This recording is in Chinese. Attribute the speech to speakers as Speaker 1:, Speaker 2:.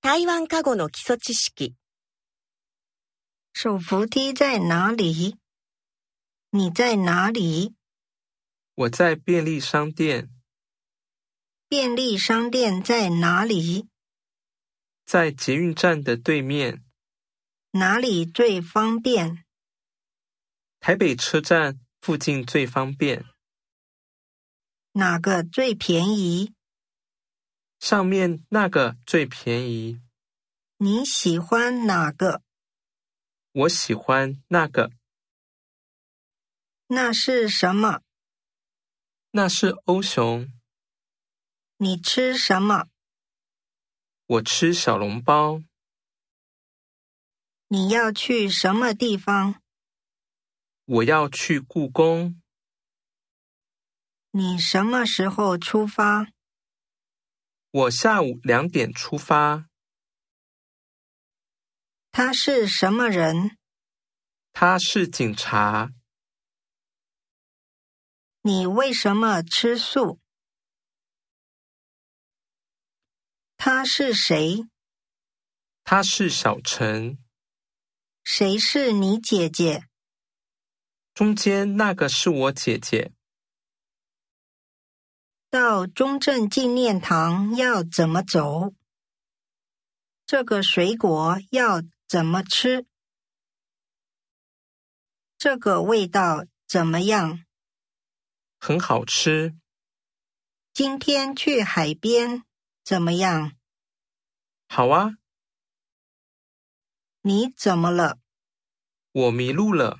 Speaker 1: 台湾カ語の基礎知識、
Speaker 2: 手扶梯在哪里？你在哪里？
Speaker 3: 我在便利商店，
Speaker 2: 便利商店在哪里？
Speaker 3: 在捷运站的对面，
Speaker 2: 哪里最方便？
Speaker 3: 台北车站附近最方便。
Speaker 2: 哪个最便宜？
Speaker 3: 上面那个最便宜，
Speaker 2: 你喜欢哪个？
Speaker 3: 我喜欢那个。
Speaker 2: 那是什么？
Speaker 3: 那是欧熊，
Speaker 2: 你吃什么？
Speaker 3: 我吃小笼包。
Speaker 2: 你要去什么地方？
Speaker 3: 我要去故宫，
Speaker 2: 你什么时候出发？
Speaker 3: 我下午两点出发。
Speaker 2: 他是什么人？
Speaker 3: 他是警察，
Speaker 2: 你为什么吃素？他是谁？
Speaker 3: 他是小陈，
Speaker 2: 谁是你姐姐？
Speaker 3: 中间那个是我姐姐。
Speaker 2: 到中正纪念堂要怎么走？这个水果要怎么吃？这个味道怎么样？
Speaker 3: 很好吃，
Speaker 2: 今天去海边怎么样？
Speaker 3: 好啊，
Speaker 2: 你怎么了？
Speaker 3: 我迷路了，